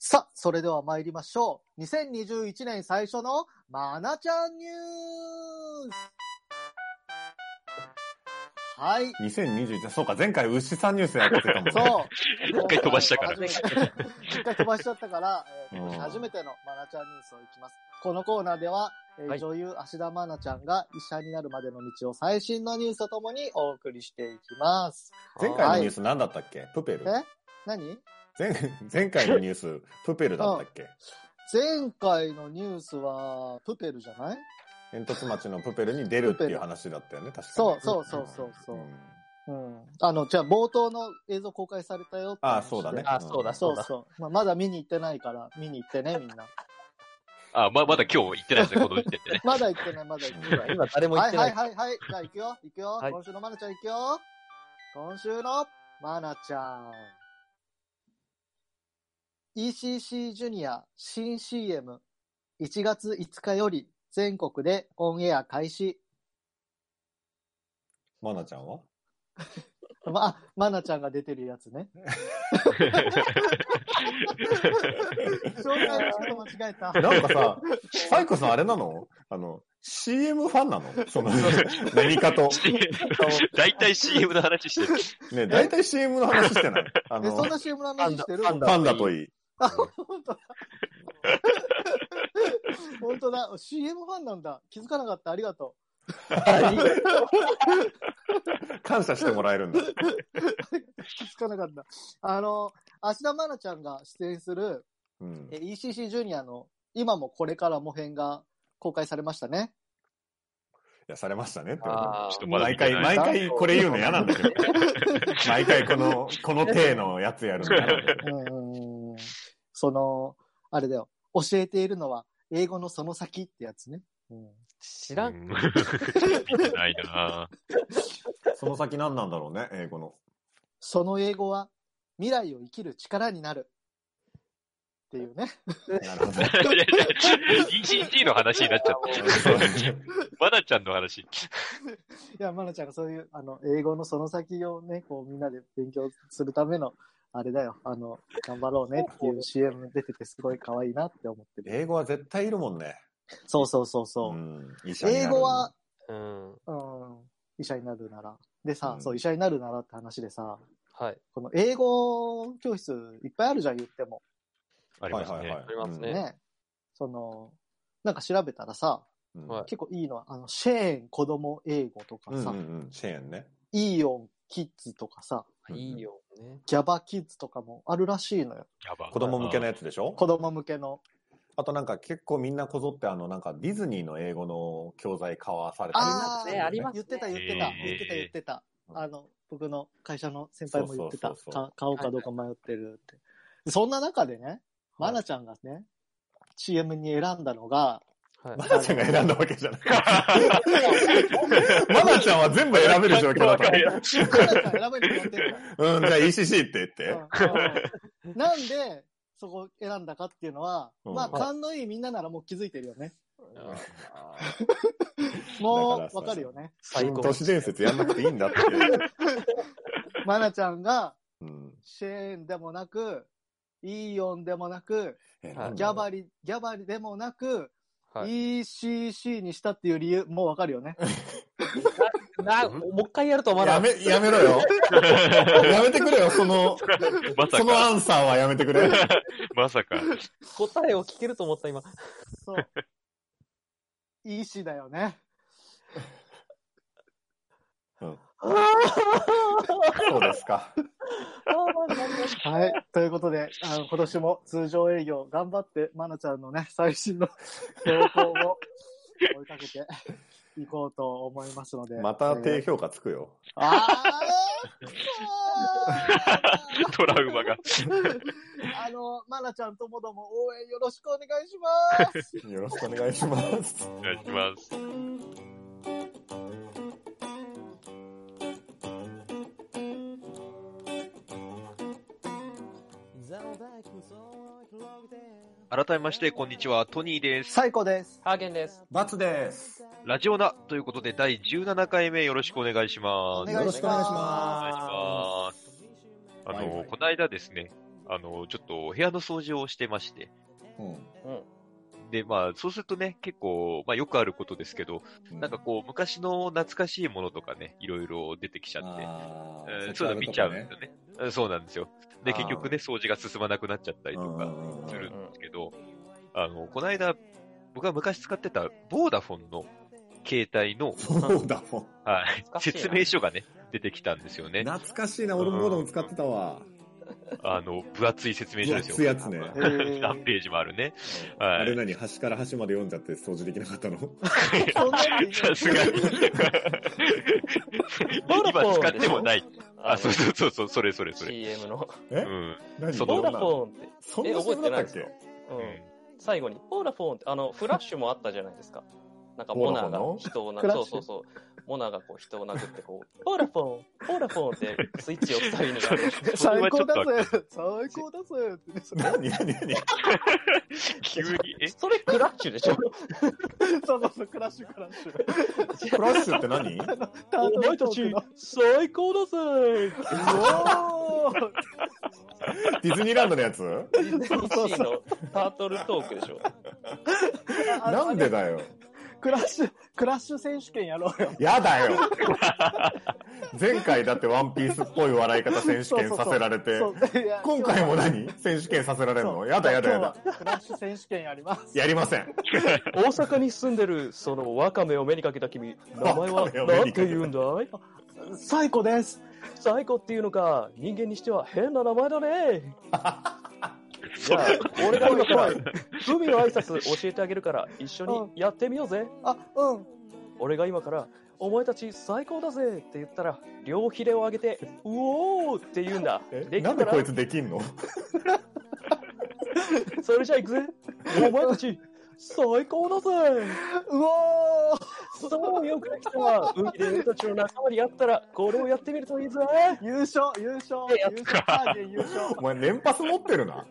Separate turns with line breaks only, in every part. さあ、それでは参りましょう。2021年最初のまなちゃんニュースはい。
2021、そうか、前回牛さんニュースやってたもんね。
そう。
一回飛ばしたから
初めて一回飛ばしちゃったから、えー
うん
初めてのマナちゃんニュースをいきます。このコーナーでは、えー
はい
女優芦田愛菜ちゃんが医者になるまでの道を最新のニュースとともにお送りしていきます。
前回のニュース何だったっけプペル
え。何
前前回のニュース、プペルだったっけ
前回のニュースは、プペルじゃない
煙突町のプペルに出るっていう話だったよね、確かに。
そうそうそうそうそううん。あの、じゃあ冒頭の映像公開されたよって話
あそうだね
あ、そうだ、
そ
そう
う
だ。
そう。まあ、まだ見に行ってないから、見に行ってね、みんな。。
あ、ま、まだ今日行ってないですね、この時点でね
まだ行ってない、まだ行ってない。
今誰も行
は
っ
い
てな
はい
い。
はいはい。じゃあ行くよ、行くよ。
はい
今週のまなちゃん行くよ。今週のまなちゃん。ECC ジュニア新 CM1 月5日より全国でオンエア開始。
マナちゃんは
ま、あまなちゃんが出てるやつね。 紹介の仕方間違えた。
なんか さ、サイコさんあれなのあの、CM ファンなのその、何か と。
大体 CM の話して
ね、
る。
大体 CM の話してない。あ
え、
の、
そん
フ
な CM の話してる
パンダ
ァンだといい。
あ、本当 だ。本当だ。CM ファンなんだ。気づかなかった。ありがと
感謝してもらえるんだ。
う。気づかなかった。あの、芦田愛菜ちゃんが出演する
うん
え。ECC ジュニアの今もこれからも編が公開されましたね。
いや、されましたねって。
あーちょっとまだ
毎回、毎回これ言うの嫌なんだけど。毎回この、この体のやつやるの嫌なんだけど
うんうんうん。その、あれだよ。教えているのは英語のその先ってやつね。うん
知らん、
うん見てない な
その先何なんだろうね、英語の。
その英語は未来を生きる力になる。っていうね。
なるほど。
ぁ ECG の話になっちゃった。まなちゃんの話。
いや、まなちゃんがそういう、あの、英語のその先をね、こう、みんなで勉強するための、あれだよ、あの、頑張ろうねっていう CM 出ててすごい可愛いなって思ってる。
英語は絶対いるもんね。
そうそうそうそう。
ん。医者になる
英語は、、
う
う
ん。
ん、医者になるなら。でさ、
うん
そう、医者になるならって話でさ、
はい。
この英語教室いっぱいあるじゃん、言っても。
あり
は
ま
い
す
はいはい。
ね。
ありますね
ね。その、なんか調べたらさ、
うん。
はい
結構いいのは、あの、シェーン子供英語とか
うんう
さ、
んうん。シェーンね。
イオンキッズとかさ、
うん
いいよね。
ギャバキッズとかもあるらしいのよ。
やば
子供向けのやつでしょ
子供向けの。
あとなんか結構みんなこぞってあのなんかディズニーの英語の教材買わされたり
あ
ーねあります
言ってた言って
へ
た、
ー
言ってた言ってた。
うん
あの、僕の会社の先輩も言ってた
そう。そうそうそう
か買おうかどうか迷ってるって。そんな中でね、まなちゃんがね、CM に選んだの が、
はい。
マナちゃんが選んだわけじゃ ない。マナちゃんは全部選べる状況だから。
まなちゃん選べるようになってるか
うん、じゃあ ECC って言って。
らうん うんなんで、そこを選んだかっていうのは、
うん
まあ、
はい
勘のいいみんなならもう気づいてるよね。
あ
だから
もう、
さ
わかるよね。
最高
都。市伝説やんなくていいんだって。
まなちゃんが、
うん。
シェーンでもなく、イオンでもなく、
え
はい
ギャバリ、ギャバリでもなく、
はい。
ECC にしたっていう理由、もうわかるよね。
な、もう一回やると思わな
や
かっ
め、やめろよ。やめてくれよ、その、
まさ
その
か。
アンサーはやめてくれ。
まさか。
た答えを聞けると思った、今。
そう。EC だよね。
そうですか。
はい。ということで、あの、今年も通常営業頑張って、まなちゃんのね、最新の動向を追いかけていこうと思いますので。
また
え
低
ー
評価つくよ。
あーくそー
トラウマが。
あの、まなちゃんともども応援よろしくお願いします。
よろしくお願いします。
お願いします。改めまして、こんにちは、トニーです。
最高 です。
ハーゲンです。
バツです。
ラジオナということで、第17回目よろしくお願いします。
お願いします
お願いしますあの、この間ですね、あの、ちょっと部屋の掃除をしてまして。
うん。
で、まあ、そうするとね、結構、まあ、よくあることですけど、なんかこう、昔の懐かしいものとかね、いろいろ出てきちゃって。
あー
う
セ
んそ
クハ
ういう
ラ
の見
と
ちゃ
か
うんだ
ね
よね。うんそうなんですよ。で、
あー
結局ね、掃除が進まなくなっちゃったりとか
うんうんうん
するんですけど、あの、この間、僕が昔使ってたボーダフォンの携帯の、
そうだもん。
はい
懐、かしいな
説明書がね、出てきたんですよね。
懐かしいな、俺もボードも使ってたわ。
あの、分厚い説明書ですよ。
分厚いやつね
へー
何ページもあるね。
あ
は
れ
い。
何端から端まで読んじゃって掃除できなか ったの
さす がに。
ボーダフォン
今使ってもない。あ、そうそうそうそう、それそれそれ。
CM の。
う
え
ん。
何
その
ボーダフォンって。
そん
え
な
覚え
人
て
だ
ない
っ
で
たっ
すか
け
うん。最後に、ボーダフォンって、あの、フラッシュもあったじゃないですか。なんか、
ボ
モ
ーダフォ
ナ
ンの
が人をな、
フラッ
そう
シュ
そうそう。モナがこう、人を殴って、こう、ボーダフォン、ボーダフォンって、スイッチを押したいのがある。
それ
最
はちょ
高
っと
だ
わかんない
ぜ最高だぜってね、それ
何何何
急に、え
それ、クラッシュでしょ
そうそうそう、クラッシュクラッシュ。
フラッシュ って何
タートルトークの
最高だぜ
おー
ディズニーランドのやつ
ディズニーシーのタートルトークでしょ
あ
なんでだよ。
クラッシュ、クラッシュ選手権やろうよ。
やだよ。 前回だってワンピースっぽい笑い方選手権させられて
そ、うそうそういや
今回も何選手権させられる
そ
の
う
やだやだやだ。
今日はクラッシュ選手権やります。
やりません。
大阪に住んでる、そのワカメを目にかけた君、名前
ワ
は
カメを目
な
に
ん
かけた
て言うんだい
最高です。
最高っていうのか、人間にしては変な名前 だね。じゃあ、俺が今から、海の挨拶教えてあげるから、一緒にやってみようぜ。
あ、うん。
俺が今から、お前たち最高だぜって言ったら、両ひれを上げて、うおーって言うんだ。
え
できた
なんでこい
ら、
つでき んの
それじゃあ行くぜ。お前たち、最高だぜ。
うおー
そうよくできたわ。海で俺たちの仲間に会ったら、これをやってみるといいぜ。
優勝、優勝、優勝、ターゲン優勝。
お前連発持って るな。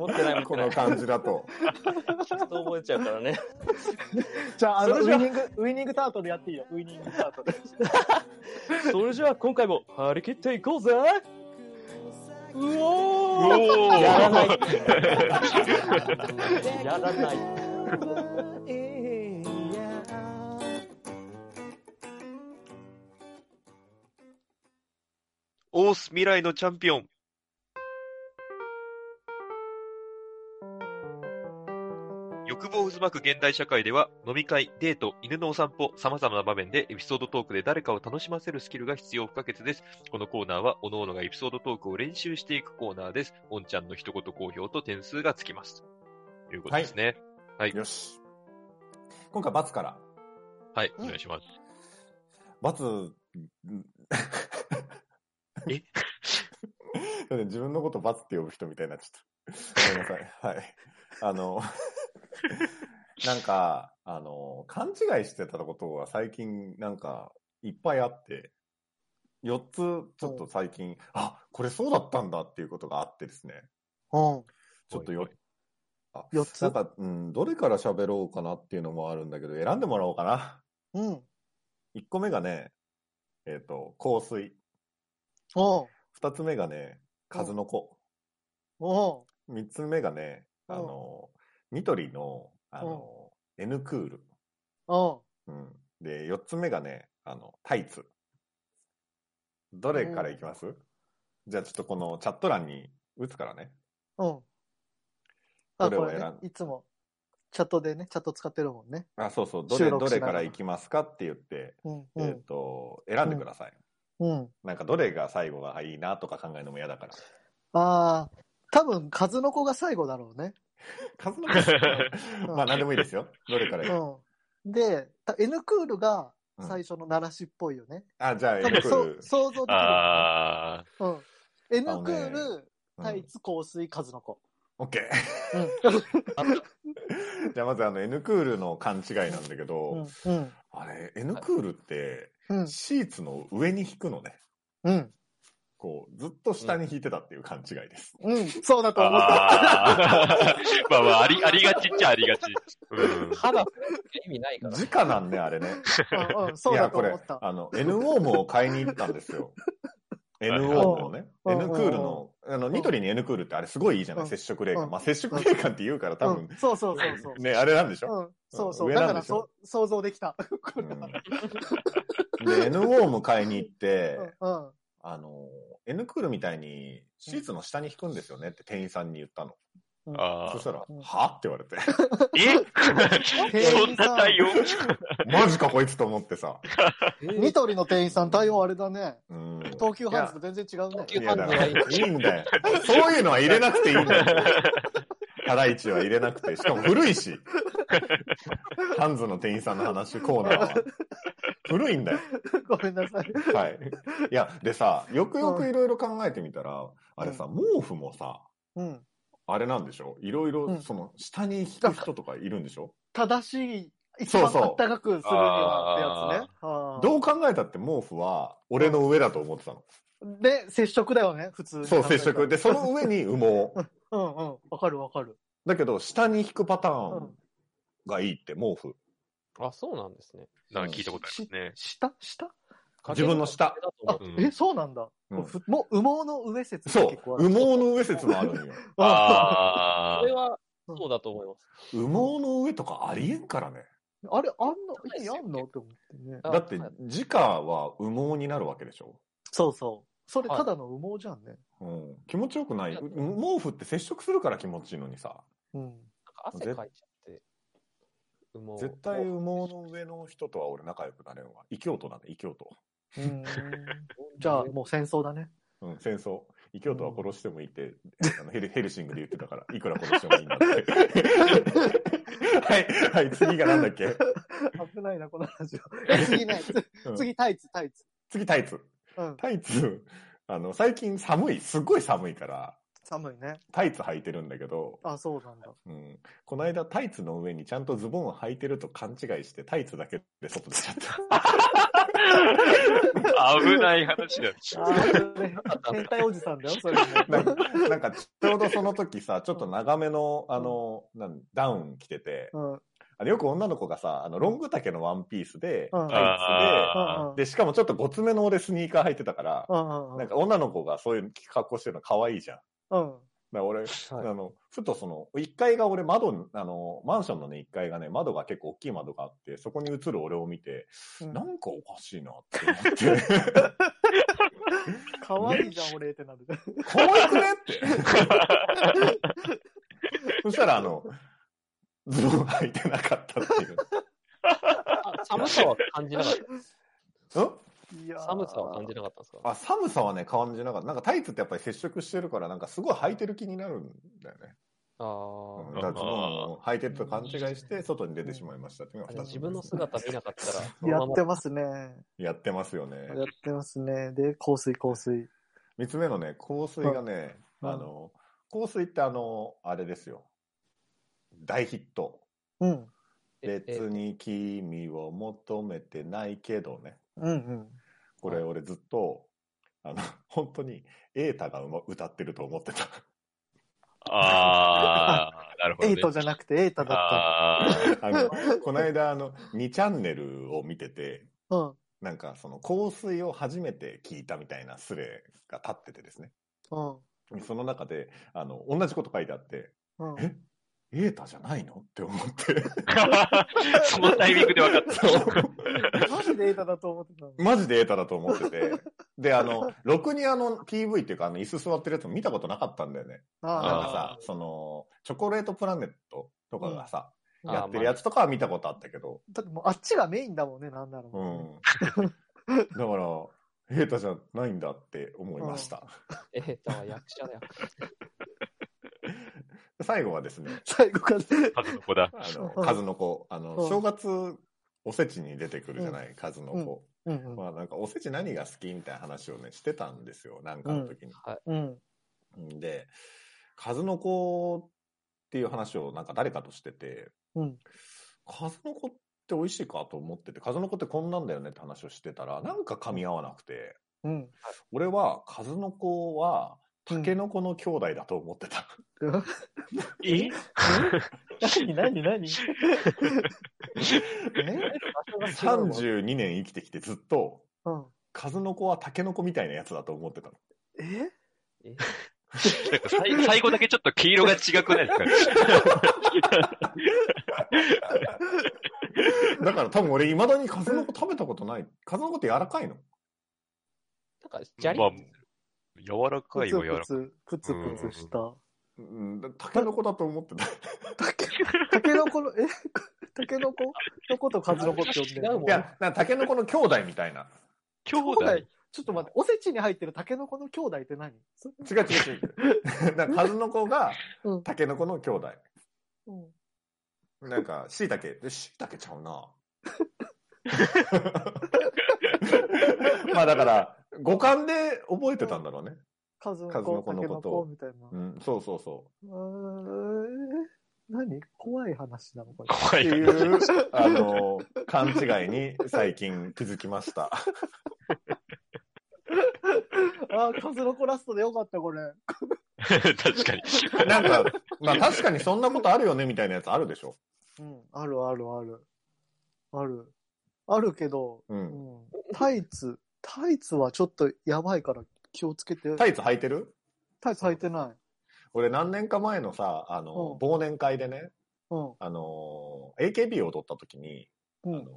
持ってない、持
こ
ってな
の
い。
感じだと。
きっと覚えちゃうからね。
じゃあ、あの、
そ
ウ
れじゃ
ィニング、ウィニングタートルやっていいよ。ウィニングタートル。
それじゃあ今回も張り切っていこうぜうおー
お
やらない
ー。
やらない
オース未来のチャンピオン。欲望渦巻く現代社会では、飲み会、デート、犬のお散歩、様々な場面でエピソードトークで誰かを楽しませるスキルが必要不可欠です。このコーナーは、各々がエピソードトークを練習していくコーナーです。おんちゃんの一言好評と点数がつきます。ということですね。
よし。今回、罰から。
はい、お願いし ます。
罰、んだ
え
って自分のこと罰って呼ぶ人みたいになっちゃった。ごめんなさい。はい。あの、 なんか、あの、勘違いしてたことが最近なんかいっぱいあって、4つちょっと最近、あ、これそうだったんだっていうことがあってですね。
うん。
ちょっとよ、あ
4つ
なんか、うん、どれから喋ろうかなっていうのもあるんだけど、選んでもらおうかな。
うん。
1個目がね、えっ、と、香水。
おう
2つ目がね、数の子。
おう
3つ目がね、
うん
あの、ニトリの、あの、N クール。
おう
うん。で、4つ目がね、あの、タイツ。どれからいきます、じゃあちょっとこのチャット欄に打つからね。
うん。あ、
どれを
これ
選
ね
ん、
いつも、チャットでね、チャット使ってるもんね。
あ、そうそう、ど
収
れ、
録
ど
しな
れ
が
かららいきますかって言って、
うん。う
えっ、
ん。
と、選んでください。
うん。
なんかどれが最後がいいなとか考えるのも嫌だ から。
ああ、多分、数の子が最後だろうね。
数の子まあ何でもいいですよ。どれからいい、
うん。で、た N クールが
うん
最初の鳴らしっぽいよね。
あ、じゃあ
多
N
分
ク
そ
ー
う
ル。
想像でき
あ
る。うん。N ク
あ
ール、
うん
タイツ、香水、数の子。
オッケ
うん。
ー。 じゃあまずあの N クールの勘違いなんだけど、
うん。うん。
あれ、N クールって
うん。
シーツの上に引くのね。
うん。
こう、ずっと下に引いてたっていう勘違いです。
うん。そうだ
ー。
と思った。
あー。まあまあ、あり、ありがちっちゃありがち。うん。
歯が意味ないから。
直なんね、あれね。
うんうん。そうだと
い
思
や
っ
これ
た。
あの、N ウォームを買いに行ったんですよ。 NO のね、
うん
N クールの、あの、ニトリに N クールってあれすごいいいじゃな
う
い
ん
接触霊
う
感。
ん
まあ、接触霊感って言うから多
うん
分、
そうそうそうそう。
ね、あれなんでしょ
うん、そうそう。
上
だ
な
か
ん
ら
でしょ
そ想像できた。こ
う
れは
んで、NO も買いに行って、
うんうん
あの、N クールみたいにシーツの下に引くんですよねって店員さんに言ったの。
あ
そしたら、は
うん
ぁって言われて、
え
店
そ
員
ん
さ
なん対応
マジかこいつと思ってさ。
ニトリの店員さん対応あれだね。
うん。
東急ハンズと全然違うね。
いや、だから、いいんだよ。そういうのは入れなくていいんだよ。ハライチは入れなくて。しかも古いし。ハンズの店員さんの話、コーナーは。古いんだよ。
ごめんなさい。
はい。いや、でさ、よくよくいろいろ考えてみたら、あれさ、毛布もさ、
うん。
あれなんでしょいろいうろ、
ん
その、下に引く人とかいるんでしょ
正しい、一
そ
番
うそう
あったかくするにはってやつね。あー
どう考えたって毛布は、俺の上だと思ってたの。
で、接触だよね、普通に
そう、接触。で、その上に羽毛。
うんうん。わかるわかる。
だけど、下に引くパターンがいいって、毛布。
あ、そうなんですね。
なんか聞いたことありますね。
下下
自分の下。
あ、
うん
え、そうなんだ。
うん
ふもう羽毛の上説って
そ
結構あ
う、
る
羽毛の上説もあるんよ。
あ
それは、
うん
そうだと思います。
羽毛の上とかありえんからね。
あれ、あんの、意味あんのって思ってね。
あ
だって
はい、
時価は羽毛になるわけでしょ。
そうそう。それ
はい
ただの羽毛じゃんね。
うん、気持ちよくない。う毛布って接触するから気持ちいいのにさ。
うん。
なんか汗かいちゃって。羽毛
絶対羽毛の上の人とは俺仲良くなれんわ。異教徒なんで、異教徒。
うーんじゃあ、もう戦争だね。
うん、戦争。異教徒は殺してもいいって、あのヘルヘルシングで言って たから、いくら殺してもいいんだって。 はい、はい、次がなんだっけ、
危ないな、この話は。え次ね、
うん
次タイツ、タイツ。
次タイツ。
うん。
タイツ、あの、最近寒い、すっごい寒いから、
寒いね。
タイツ履いてるんだけど、
あ、そうなんだ。
うん、この間タイツの上にちゃんとズボンを履いてると勘違いしてタイツだけで外出ちゃ った。
あ、危ない話だ。
あーそれ変態おじさんだよ、それね。
なんかなんかちょうどその時さ、ちょっと長めの、あの、なんダウン着てて、
うん。うん。
あのよく女の子がさ、あの、ロング丈のワンピースで、
うん
タイ
うん
ツで、で、しかもちょっとごつめの俺スニーカー履いてたから、
うん。
なんか女の子がそういう格好してるの可愛いじゃん。だか
うん。
ら俺、あの、ふとその、1階が俺窓に、あの、マンションのね、1階がね、窓が結構大きい窓があって、そこに映る俺を見て、
うん
なんかおかしいなって思 って、
かわいいじゃん、俺ってなる。
可愛くね って。そしたら、あの、ズボン履いてなかったって いう。
あ寒さは感じな かっ
ん
いや
た。
ー
寒さは感じなかったんですか
あ、寒さはね、感じなかった。なんかタイツってやっぱり接触してるから、なんかすごい履いてる気になるんだよね。
あ
うん、
ー
だからズボンを履いてると勘違いして、外に出てしまいましたっていうの
あ
が
れ
二つ
自分の姿見なか ったら、そ
や
のま
っ
ま
てますね。
やってますよね。
やってますね。で、香水、香水。
三つ目のね、香水がね、
うん
あの、香水ってあの、あれですよ。大ヒット。
うん。
ええ
別に君を求めてないけどね。
うんうん。
これ俺ずっと、あの、 本当に、瑛太がうま歌ってると思ってた。
ああ、なるほど、
エ
ね。
イトじゃなくてエイタだっ
あー
あの、この間、あの、2チャンネルを見てて、
た。うん。
なんかその香水を初めて聞いたみたいなスレが立っててですね。
うん。
その中で、あの、同じこと書いてあって、
うん。
え瑛太じゃないのって思って。
そのタイミングで分かっ
そう
マジでエイタだと思ってたの。
マジでエータだと思っ てて。で、あの、ろくにあの PV っていうか、あの、椅子座ってるやつも見たことなかったんだよね。なん
あー
かさ、その、チョコレートプラネットとかがさ、
うん
やってるやつとかは見たことあったけど、
だってもうあっちがメインだもんね、なんなら
う
も
ん。だから、ヘータじゃないんだって思いました。
えーと、役者だよ。
最後はですね、
最後から。
た数の子だ。
あの、
うん
数の子、あの、
うん
正月、おせちに出てくるじゃない、数の子。
うん
まあなんか、おせち何が好きみたいな話をね、してたんですよ、なんかの時に。
うん。うん。
で、数の子っていう話をなんか誰かとしてて、
うん。
数の子って美味しいかと思ってて、数の子ってこんなんだよねって話をしてたら、なんか噛み合わなくて、
うん。
俺は数の子は、タケノコの兄弟だと思ってた。
え
何何 何
32年生きてきてずっと、
うん。
数の子はタケノコみたいなやつだと思ってたの。
え
なんか最最後だけちょっと黄色が違くないですか
だから多分俺、未だに数の子食べたことない。数の子って柔らかいの
なんか、砂利
まあ、柔らか
プ
い
ツ
は柔ら
プ
か
ツ、プツプツした。
うん、タケノコだと思って た。い
たけ、たけのこの、え たけのこのこと数の子って呼んでる
違うもん
いや
や、なんかタケノコの兄弟みたいな。
い。兄
兄
弟
弟ちょっと待って、おせちに入ってるたけのこの兄弟って何そ
違う違う違う。 なんか数の子が
うん
タケノコの兄弟。
うん
なんか、しいたけ。で、しいたけちゃうな。 まあだから、五感で覚えてたんだろうね。
数の
数の
子、
子
た
の
け
こと
のこみたいな。
うん、そうそうそう。
うーん何怖い話なのこれ。
怖
っ
い
てい
な。
う、あの、勘違いに最近気づきました。
あー、数の子ラストでよかった、これ。
確かに。
なんか、まあ確かにそんなことあるよねみたいなやつあるでしょ。
うん、あるあるある。ある。あるけど、
う。
うんん、タイツ、タイツはちょっとやばいから気をつけて。
タイツ履いてる
タイツ履いてない。
俺何年か前のさ、あの、忘年会でね、
うん、
あの、AKB を踊った時に、
う
あの
ん、、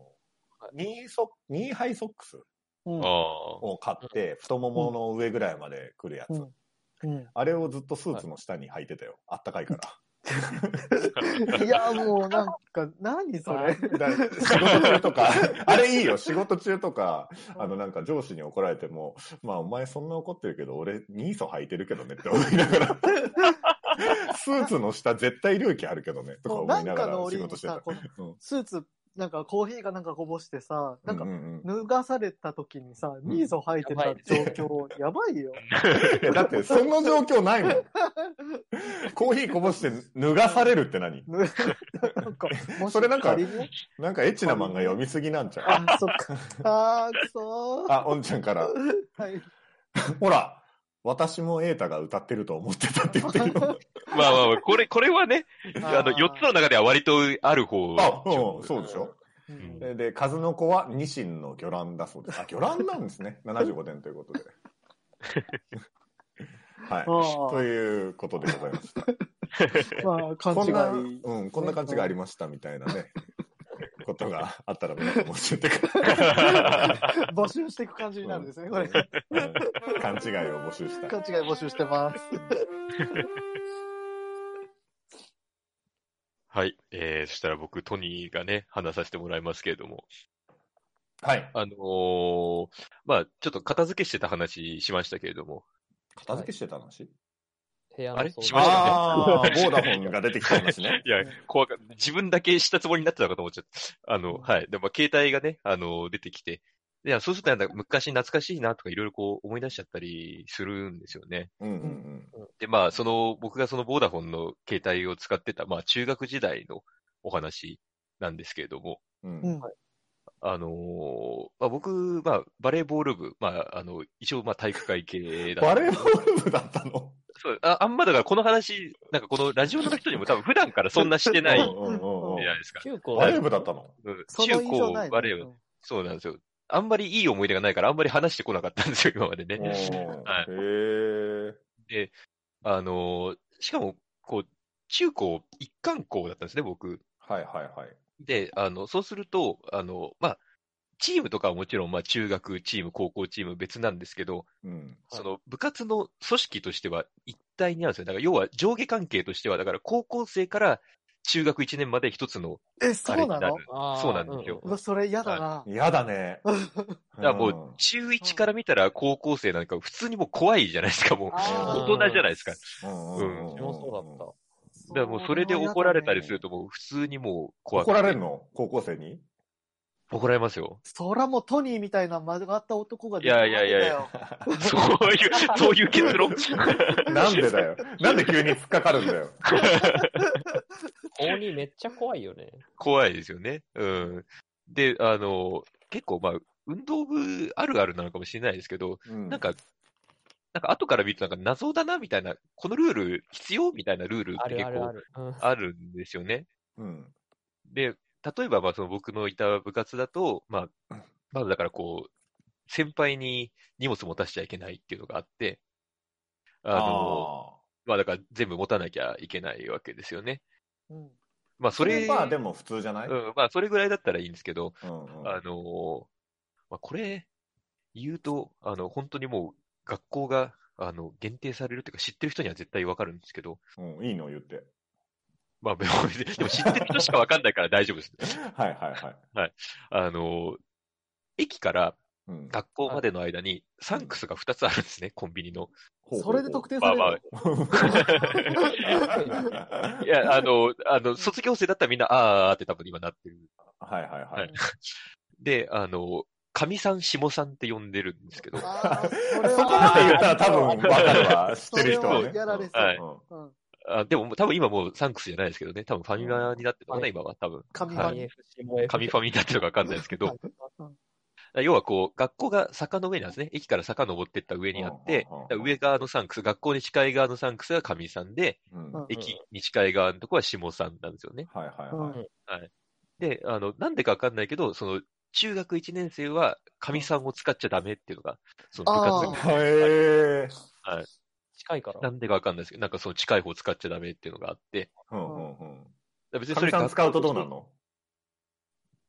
ニーソニーハイソックス
うん
あ、あ。
を買って、太ももの上ぐらいまで来るやつ。
うんうん。
あれをずっとスーツの下に履いてたよ。あったか いから。
いや、もうなんか、何それ。
だから仕事中とか、 あれいいよ、仕事中とか、あのなんか上司に怒られても、まあお前そんな怒ってるけど、俺ニーソ履いてるけどねって思いな がら、スーツの下絶対隆起あるけどね、とか
もう
思
ないん
なが
かの
ら仕
折に
事して
さ
た、。
この
うん
スーツ、なんかコーヒーかなんかこぼしてさ、なんか
う、うんうん
脱がされた時にさ、
ん
ニーズを履いてた状況、やばい よ。
いやだってその状況ない もん。コーヒーこぼして脱がされるって何
ぬなんか、もし
それなんか
仮にね
なんかエッチな漫画読みすぎなんちゃう
あ、そっか。あー、くそー。
あ、おんちゃんから、
はい。
ほら、私も瑛太が歌ってると思ってたって 言ってるよ。
まあまあまあ、これ、 これはね、あの、
ー
4つの中では割とある方。
あ、うん、そうでしょ
うん
えーで、数の子はニシンの魚卵だそうです。あ、魚卵なんですね。75点という ことで。はい。
あ
と
ー
いうことでございました。
ま あ、
こんな、
勘違い。
うん、こんな勘違いありましたみたいな ね、ことがあったら皆さんも教えて く
募集していく感じになるんですね、これ。勘
れ、うん勘違いを募集した。
違い募集してます。
はい。えー、そしたら僕、トニーがね、話させてもらいますけれども。
はい。
あのーまあ、ちょっと片付けしてた話しましたけれども。
片付けしてた話
部屋の
あれ
掃
し
除
ましたね
ああ、ボーダフォンが出てきた話ね。
いや、怖か自分だけしたつもりになってたのかと思っちゃった。あの、はい。でも、携帯がね、あの、出てきて。いや、そうするとなんか昔懐かしいなとかいろいろこう思い出しちゃったりするんですよね。
うんうん
で、まあ、その、僕がそのボーダフォンの携帯を使ってた、まあ、中学時代のお話なんですけれども、
う
う
ん。うん
ん。
あのーまあ、僕、まあ、バレーボール部、まあ、あの、一応、まあ、体育会系だ
バレーボール部だったの
そうああんまだからこの話、なんかこのラジオの人にも多分普段からそんなしてない
うん
じ
うんうんうん
ゃないですか。
中高
バレー部だったの
うん
そ
中
の印象な
高
い
バレー部、
ね
そうなんですよ。あんまりいい思い出がないからあんまり話してこなかったんですよ、今までね。
お
はい
ーへえ。
あのーしかも、こう、中高一貫校だったんですね、僕。
はいはいはい。
で、あの、そうすると、あの、まあ、チームとかはもちろん、まあ、中学チーム、高校チーム別なんですけど、
うん。
はい
その部活の組織としては一体にあるんですよ。だから要は上下関係としては、だから高校生から中学1年まで一つの
え、
あ
そ
れ
う
にな
な
る
の。
あー
そうなんですよ
うわ、それ嫌だな。
嫌だね。
だからもう中1から見たら高校生なんか普通にもう怖いじゃないですか、もう。
あー
大人じゃないですか。だ
う
か
ん、
うん
自分もそうだっ
らもうそれで怒られたりするともう普通にもう怖くて
怒られるの高校生に
怒られま すよ。
そらもうトニーみたいな曲がった男が
いやいやいやいや
や。
そういう、そういう結論
なんで だよ。なんで急に突っかかるんだよ。
た。鬼めっちゃ怖いよね。
怖いですよね。うん。で、あの、結構まあ、運動部あるあるなのかもしれないですけど、
うん
なん、か、なんか後から見るとなんか謎だなみたいな、このルール必要みたいなルールっ
あ
て
る
結
あるあ
構
る。うん
あるんですよね。
うん。
で、例えばまあその僕のいた部活だと、まあ、まだだからこう、先輩に荷物持たせちゃいけないっていうのがあって、あの、
あ
まあだから全部持たなきゃいけないわけですよね。
うん。
ま
ー
あそ
そ
れ、
れはでも普通じゃない、
うん、まあそれぐらいだったらいいんですけど、
うんうん
あのーまあ、これ、言うと、あの、本当にもう、学校が、あの、限定されるっていうか、知ってる人には絶対わかるんですけど、
うん、いいの言って。
まあ、別 に、でも知ってる人しかわかんないから 大丈夫です。
はいはいはい。
あのー駅から
うん、
学校までの間に、サンクスが2つあるんですね、コンビニの。
ほう
それで特定さ
まあ
れる
ま
の。
あ、 いや、あの、あの、卒業生だったらみんな、あーって多分今なってる。
はいはいはい。
で、あの、上さん、下さんって呼んでるんですけど、
あーそれは
そこまで言ったら多分わかるわ。知ってる人
それ
はね。
はやられそう
はい
うん
うん。
あでももう多分今もうサンクスじゃないですけどね、多分ファミマになってるのかな、
はい
今は多分。
神
は
々
い
に。
紙ファミになってるのかわかんないですけど、
はいうん
要はこう、学校が坂の上なんですね。駅から坂登ってった上にあって
うんうんうんうん、
だから上側のサンクス、学校に近い側のサンクスが上さんで、
うん
う
は
ん
い
駅に近い側のとこは下さんなんですよね。
はいは
で、あの、なんでかわかんないけど、その、中学1年生は上さんを使っちゃダメっていうのが、その部活
うん
い。へえ。
近いから。
なんでかわかんないですけど、なんかその近い方使っちゃダメっていうのがあって、
うんうんうん。
だから別
神さん
学校
使うとどうなる の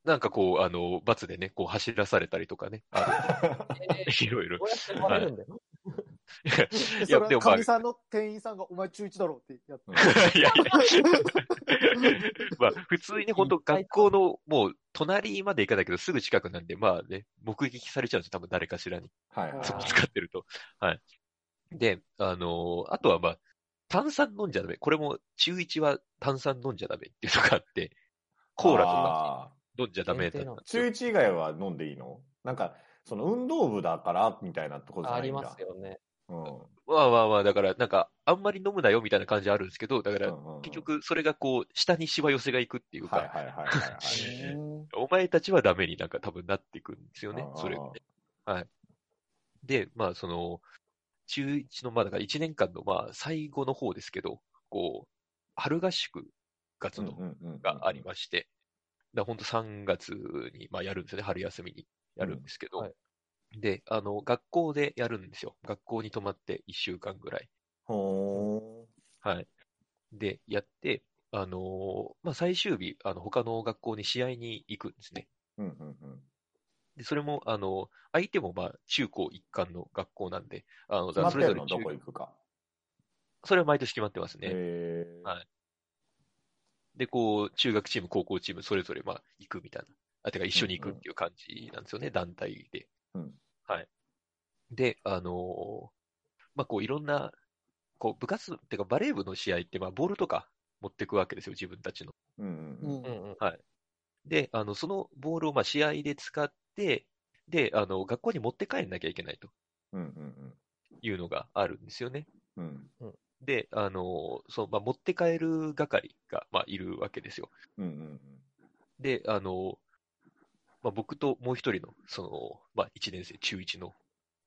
なんかこう、あの、罰でね、こう走らされたりとかね、あ のいろいろ
ど。うやってバレるんだよ。
で
い
それ
やでも
は
まあ
神さんの店員さんが、お前中1だろってやっ
うん
い やいや。まあ、普通にね本当学校の、もう、隣まで行かないけど、すぐ近くなんで、まあね、目撃されちゃうんですよ、多分誰かしらに。
はいはい
あー
そこ使ってると。はい。で、あのーあとはまあ、炭酸飲んじゃダメ。これも、中1は炭酸飲んじゃダメっていうのがあって、コーラとか
あ
飲んじゃダメだっ
限
た
定なの
ー中1以外は飲んでいいのなんか、その運動部だから、みたいなとこじゃ
あ
ない
り
んだ。
ますよね。
まあまあまあ、だから、なんか、あんまり飲むなよみたいな感じあるんですけど、だか
うん
ら、
うんうん
結、局、それがこう、下にしわ寄せがいくっていうか、
はいはいはいはいはい。
て。うん
お前たちはダメになんか多分なっていくんですよね、それ
あー。
で、まあ、その、中1の、まあ、だから1年間の、まあ、最後の方ですけど、こう、春合宿がその、があり
す。
まして、だ本当3月に、まあ、やるんですよね、春休みにやるんですけど、
うんは
で、あの、学校でやるんですよ。学校に泊まって1週間ぐらい。
ほ
はい。で、やって、あのーまあ、最終日、あの、他の学校に試合に行くんですね。
ーん。うんうんうん
で、それも、あの、相手も、まあ、中高一貫の学校なんで、あの、
決
だか
ま
ら
って
それ
る
ぞれ
の
中
どこ行くか。
それは毎年決まってますね。
へー
はいで、こう、中学チーム、高校チーム、それぞれ、まあ、行くみたいな。あ、てか、一緒に行くっていう感じなんですよね、団体で。
うん
はい。で、あのーまあ、こう、いろんな、こう、部活、てか、バレー部の試合って、まあ、ボールとか持ってくわけですよ、自分たちの。
うんう
うんん
う。んうん。
で、あの、そのボールを、まあ、試合で使って、で、あの、学校に持って帰んなきゃいけないと
うんうん
いうのがあるんですよね。
うんうん
で、あの、その、まあ、持って帰る係が、まあ、いるわけですよ。
うんうん
で、あの、まあ、僕ともう一人の、その、まあ、1年生、中1の、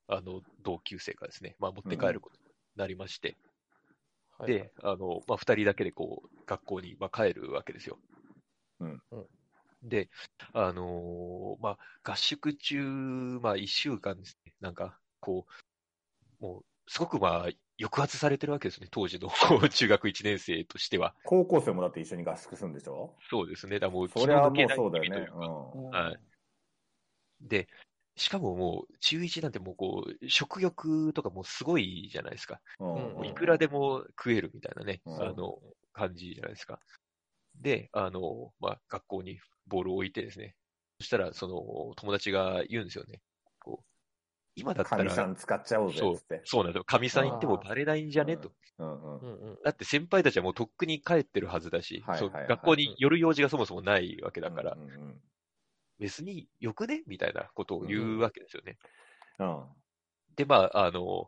あの、同級生がですね、まあ、持って帰ることになりまして、
はい
で、あの、まあ、2人だけでこう、学校に、まあ、帰るわけですよ。
うん
うん
で、あのーまあ、合宿中、まあ、1週間ですね、なんか、こう、もう、すごくまあ、抑圧されてるわけですね、当時の、 こう中学1年生としては。
高校生もだって一緒に合宿するんでしょ
そうですね、だからもう、
それはもう
気
そう
の抜
だ
けない日々とい
よね。う
か
ん
はい。で、しかももう、中1なんてもうこう、食欲とかもうすごいじゃないですか。
うん
も
う
うんいくらでも食えるみたいなね、
うん
あの、感じじゃないですか。で、あの、まあ、学校にボールを置いてですね。そしたら、その、友達が言うんですよね。こう、今だった
神さ
ら、
ん使っちゃおうぜ、つって。
そうなんですよ。神さん行ってもバレないんじゃね
あー
と。
うんうん
うんうん。
だって先輩たちはもうとっくに帰ってるはずだし、
はい
そう
はいはい
学校に寄る用事がそもそもないわけだから
う、んうん
別によくねみたいなことを言うわけですよね。
うん。
で、まあ、あの、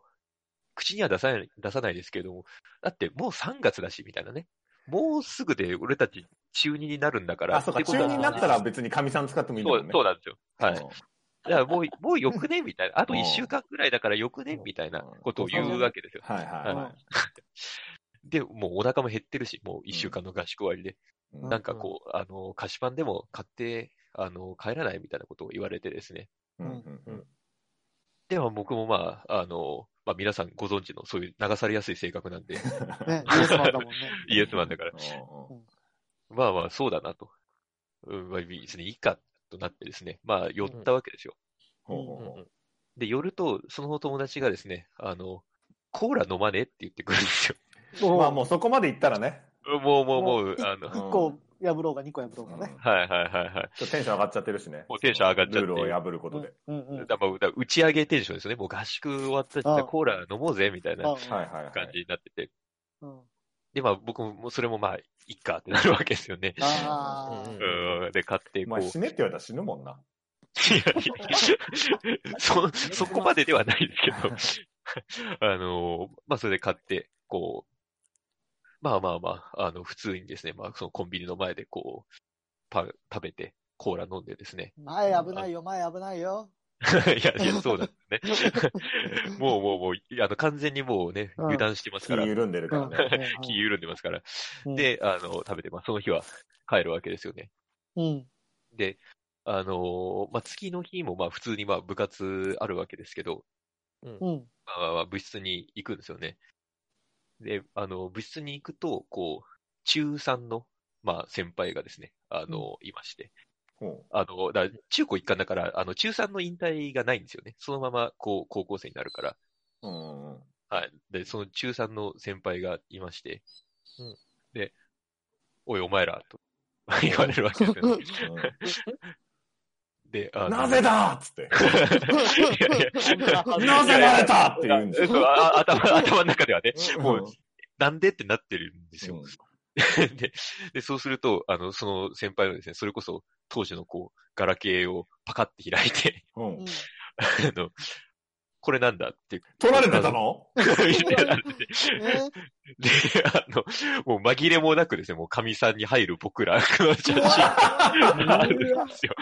口には出さない、出さないですけれども、だってもう3月だし、みたいなね。もうすぐで俺たち中2になるんだから。
あ、そうか、
って
中
ことは
2になったら別に神さん使ってもいいんだ
そ
も
うん
ね。
そうなんですよ。はい。
うん
だからもう、もうよくねみたいな。あと
うん
1週間くらいだからよくねみたいなことを言うわけですよ。
はいはいは
で、もうお腹も減ってるし、もう1週間の合宿終わりで。
い。
うん
なんかこう、あの、菓子パンでも買って、あの、帰らないみたいなことを言われてですね。
うんうんうん
では僕もまあ、あの、まあ皆さんご存知のそういう流されやすい性格なんで、
ね、イエスマンだもんね。
イエスマンだから。
うん
まあまあ、そうだなと。うん、まあ別にいいかとなってですね、まあ寄ったわけですよ。
ほうほ
う
うんほ
うん
で、寄ると、その友達がですね、あの、コーラ飲まねって言ってくるんです
うまあも
も
うそこまで行ったらね。
よ。 もうもうもう
も、う
あの、
う、1個破ろうが2個破ろう
うん
がね。
はいはいはいはい。
ちょっとテンション上がっちゃってるしね。
もうテンション上がっちゃって
ルールを破ることで。
うんうん。
だからだから打ち上げテンションですよね。もう合宿終わったし、じゃあコーラ飲もうぜ、みたいな
うん
はいはいはい。
感じになってて。
うん
で、まあ僕もそれもまあ、いっかってなるわけですよね。
あ
うんうん
うん、で、買って、
お
こう
前。死ねって言われたら死ぬもんな。
いやいやそ、そこまでではないですけど、あの、まあ、それで買って、こう、まあまあまあ、あの、普通にですね、まあ、そのコンビニの前でこう、パ、食べて、コーラ飲んでですね。
あ、前危ないよ、前危ないよ。
いや、いや、そうなんですね。もうもうもう、いやあの、完全にもうね、
うん
油断してます
気
から、
緩んでるからね。
気緩んでますから。
うん、
で、あの、食べて、まあ、その日は帰るわけですよね。
うん。
で、あのーまあ、月の日も、まあ、普通に、まあ、部活あるわけですけど、
うん。
まあまあまあ、部室に行くんですよね。で、あの、部室に行くと、こう、中3の、まあ、先輩がですね、あの、いまして。
ほ
あの、だから中高一貫だから、あの、中3の引退がないんですよね。そのまま、こう、高校生になるから。
ううんうん
はい。で、その中3の先輩がいまして。で、おい、お前ら、と 言われるわけですよ ね。で、あ
う
の
ん。なぜだっつ って。
いやいや
なぜなれたって言うんで
そう
す
そうあ頭、頭の中ではね、
よ。
もう
うん、
なんでってなってるんですよ。
うん
でで、そうすると、あの、その先輩のですね、それこそ当時のこう、ガラケーをパカって開いて、
うん。
あの、これなんだって
取られてたの
言ってたんですねで、あの、もう紛れもなくですね、もう神さんに入る僕らの写真があるんですよ。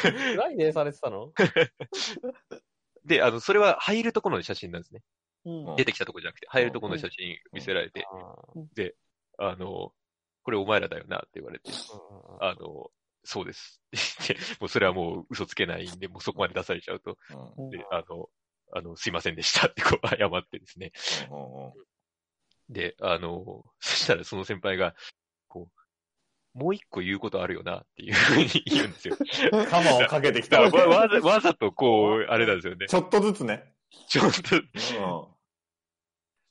暗いね、されて たの
で、あの、それは入るところの写真なんですね。
うん
出てきたとこじゃなくて、入るところの写真見せられて、あの、これお前らだよなって言われて、
あ
あの、そうです。 って言ってもうそれはもう嘘つけないんで、もうそこまで出されちゃうと、
うんうん
うん
で、あの、あの、すいませんでしたってこう 謝ってですね。
うんうん
で、あの、そしたらその先輩が、こう、もう一個言うことあるよなっていうふうに言うんですよ。
カマをかけてきた
だ
わけ
からわわざわざとこう、あれなんですよね。
ちょっとずつね。
ちょっと、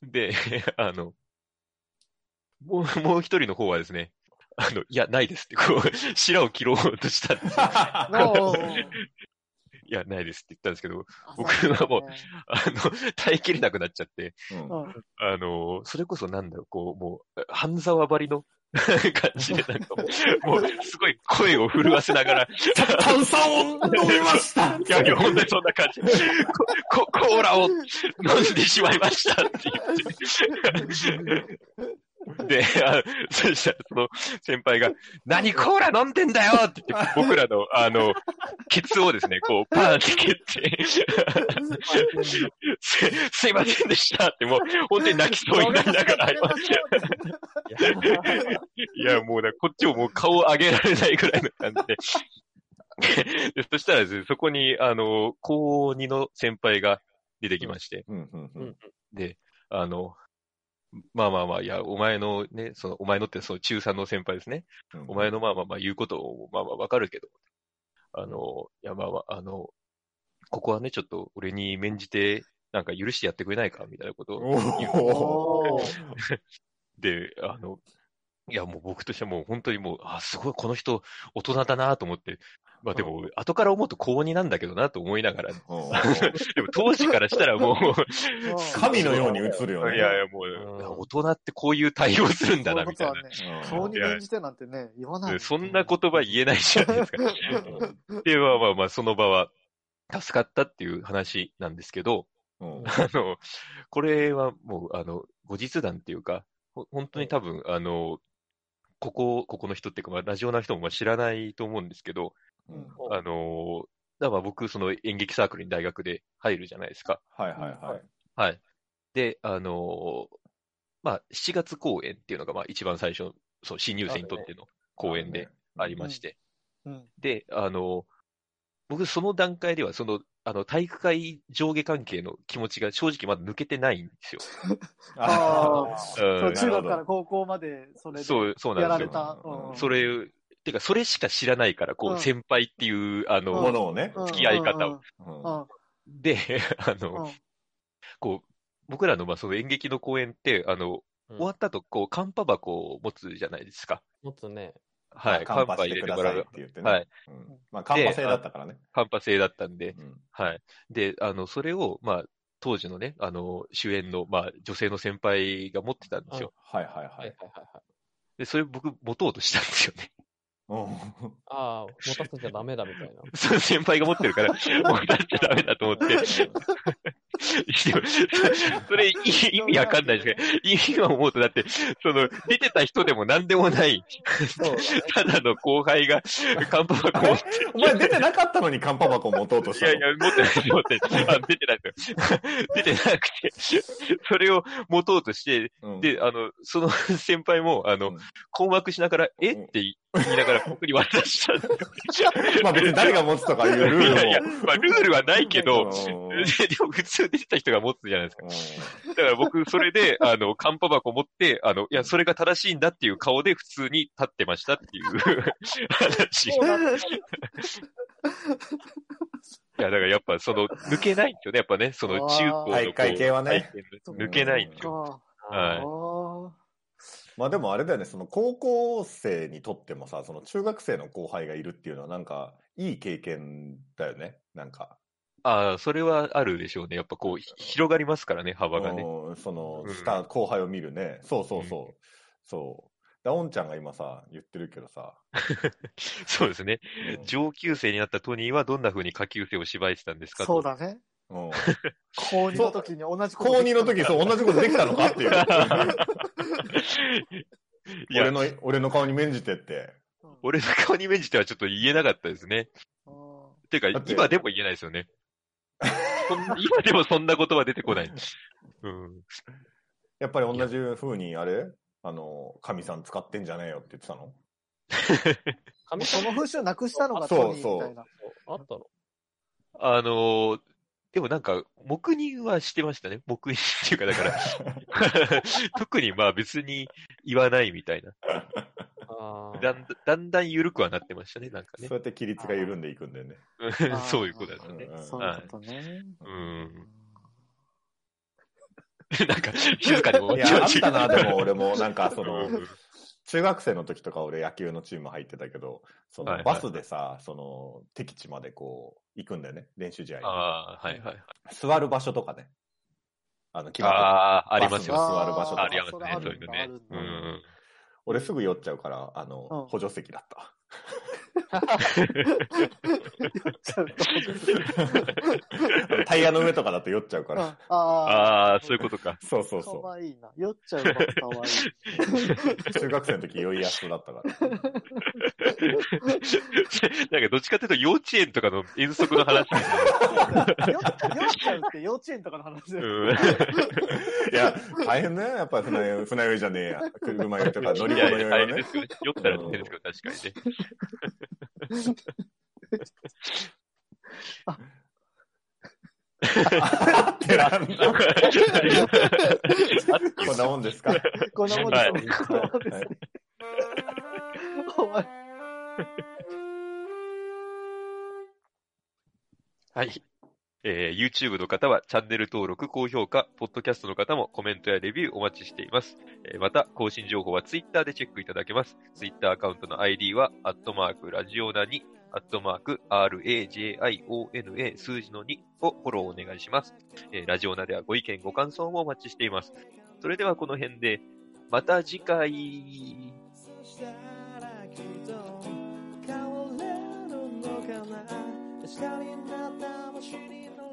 う
で、あの、もう、もう一人の方はですね、あの、いや、ないですって、こう、白を切ろうとしたんですよ。いや、ないですって言ったんですけど、あの、耐えきれなくなっちゃって、
んうん
あの、それこそなんだろう、こう、もう、半沢張りの 感じで、なんかもう、 もうすごい声を震わせながら、
炭酸を飲みました
いや、いや、本当にそんな感じ。コココーラを飲んでしまいましたって言って。で、あそしたらその先輩が、何コーラ飲んでんだよって言って、僕らの、あの、ケツをですね、こう、パーンって蹴って、す すいませんでしたって、もう、本当に泣きそうになりながら謝 って、いや、もうな、こっちももう顔を上げられないぐらいの感じで。で そしたらですね、そこに、あの、高2の先輩が出てきまして、
うんうんうん
で、あの、まあまあまあ、いや、お前のね、その、お前のってその中3の先輩ですね。
うん
お前のまあまあまあ言うことを、まあまあわかるけど、あの、いやまあまあ、あの、ここはね、ちょっと俺に免じて、なんか許してやってくれないか、みたいなことを
おお
で、あの、いや、もう僕としてはもう本当にもう、あ、すごい、この人、大人だなと思って、まあでも、後から思うと高2なんだけどなと思いながら、でも当時からしたらもう、
神のように映るよね。
いやいや、も
うん
う、大人ってこういう対応するんだな、みたいな。
顔に免じてなんてね、言わない。
でそんな言葉言えないじゃないですか。で、まあまあまあ、その場は、助かったっていう話なんですけど、
うんうん
あの、これはもう、あの、後日談っていうか、ほ本当に多分、あの、ここ、ここの人っていうか、まあ、ラジオの人もまあ知らないと思うんですけど、
うん
あの、だから僕、その演劇サークルに大学で入るじゃないですか。
はいはいはい。
はい。で、あの、まあ、7月公演っていうのが、まあ、一番最初の、そう、新入生にとっての公演でありまして、
うん。
で、あの、僕その段階では、そのあの、体育会上下関係の気持ちが正直まだ抜けてないんですよ。
あ
ー
うん
そう中
なるほ
学
ど
から高校までそれで。
そう、そうなん
やら
です
れた
よ。
うん
それ、てか、それしか知らないから、こ
うん
う、先輩っていう、あの、
ものをね、
うん
付き合い方を。
うん
うん
で、 あの、
うん
こう、僕らの、まあ、その演劇の公演って、あの、
うん
終わった後、こう、カンパ箱を持つじゃないですか。
もっとね、
はい、
カ
カ
ン
ン
パ
パ
し
入
て
れ
く
て
だ
も
さ
ら
いっ
う
て。言ってね
はい。
うんまあ、カンパ制だったからね。
カンパ制だったんで、
うん
はい。で、あの、それを、まあ、当時のね、あの、主演の、まあ、女性の先輩が持ってたんですよ。
はいはいは
はいい。はいはいはい。
で、それ僕、持とうとしたんですよね。
うん
ああ、持たせちゃダメだみたいな。
その先輩が持って るから、もうだっちゃダメだと思って。 でもそれ、い意味わかんないですけど、今思うとだって、その、出てた人でも何でもない、
そうだね。
ただの後輩が、カンパ箱を持って、
お前出てなかったのにカンパ箱持とうとし
い
た
や
の
いや、持ってないです、持ってないですあ出てないですよ。 出てなくて、それを持とうとして、
うん
で、あの、その先輩も、あ
う
の
ん、
困惑しながら、えっ て言いながら僕に渡したんですよ。
まあ別に誰が持つとかいうルール
い
も
やいや、まあ、ルールはないけど、
うん
ででも普通出てた人が持つじゃないですか。
うん
だから僕、それ で、あの、カンパ箱持って、あの、いや、それが正しいんだっていう顔で普通に立ってましたっていう 話。い
そうだった
や、だからやっぱその、抜けないんですよね。やっぱね、その
あー
中高のこう
体育会系はね。
体験抜けないんですよ。
か。
はい
あ
まあでもあれだよね、その高校生にとってもさ、その中学生の後輩がいるっていうのはなんか、いい経験だよね、なんか。
ああ、それはあるでしょうね。やっぱこう、ひ広がりますからね、幅がね。
うんその
うん
下、後輩を見るね。そうそうそう。そう。ダオンちゃんが今さ、言ってるけどさ。
そうですね。
うん
上級生になったトニーはどんな風に下級生を芝居してたんです
あ。
かと
そうだね。
うん
高2の時に同じこと
高2の時にそう、同じことできたのかっていう。
いや
俺の、俺の顔に免じてって。
俺の顔に免じてはちょっと言えなかったですね。
うん
てか
だっ、て
今でも言えないです よね。そん今でもそんな言葉出てこない。うん。
やっぱり同じ風に、あれあの、神さん使ってんじゃねえよって言ってたの
も
紙
うその風習なくしたのが
そ
ト
う
ニーみたいな。
あったの
あのーでもなんか、黙認はしてましたね。黙認っていうか、だ から、特にまあ別に言わないみたいな。
あ
だ
あ。
んだんだん緩くはなってましたね、なんかね
そう。やって規律が緩んでいくんだよね。
うん そういうことだ
う
よ
ん
ね。
うん
そういうことね。
うん。なんか、静かにも
いや、あったな、 でも俺も、なんかその
う、ん
中学生の時とか俺野球のチーム入ってたけど、そ
はいは
の
い
バスでさ、その敵地までこう、行くんだよね、練習試合に。
ああ、はいはいはい。
座る場所とかね。あの、決まって
ああー、あります
バス
よ。
座る場所とか
ありますね、
そ
そ
れ
ういうのね。う
うん
ん。
俺すぐ酔っちゃうから、あの、
うん
補助席だった。
ちょっ
あのタイヤの上とかだと酔っちゃうか
と
ら。
あ
ああ、そういうこ とか。
そうそう
あ、か
そ
わいいな。酔っちゃうからかわいい。
う。中学生の時酔いやすだったから。
なんかどっちかっていうと幼稚園とかの遠足の話みたい
酔っ酔っちゃうって幼稚園とかの話だ
な。
よ。
うん
いや、大変だよ、やっぱり船酔い、船酔いじゃねえや。車酔いとか乗り物
いや
酔
い
い
や、
は
大変
ね
で。すよね。酔ったら大変ですけど、確かにね。
あ ってなんだ。 こんなもんですか。
こんなもんです
は
ね。こんなもんですね。お前
はい。えー YouTube の方はチャンネル登録、高評価、ポッドキャストの方もコメントやレビューお待ちしています。えーまた、更新情報は Twitter でチェックいただけます。Twitter アカウントの ID は、アットマーク、ラジオナに、アットマーク、RAJIONA 数字の2をフォローお願いします。えーラジオナではご意見、ご感想もお待ちしています。それではこの辺で、また次回。
そしたらきっと変われるのかな確かになったもしにの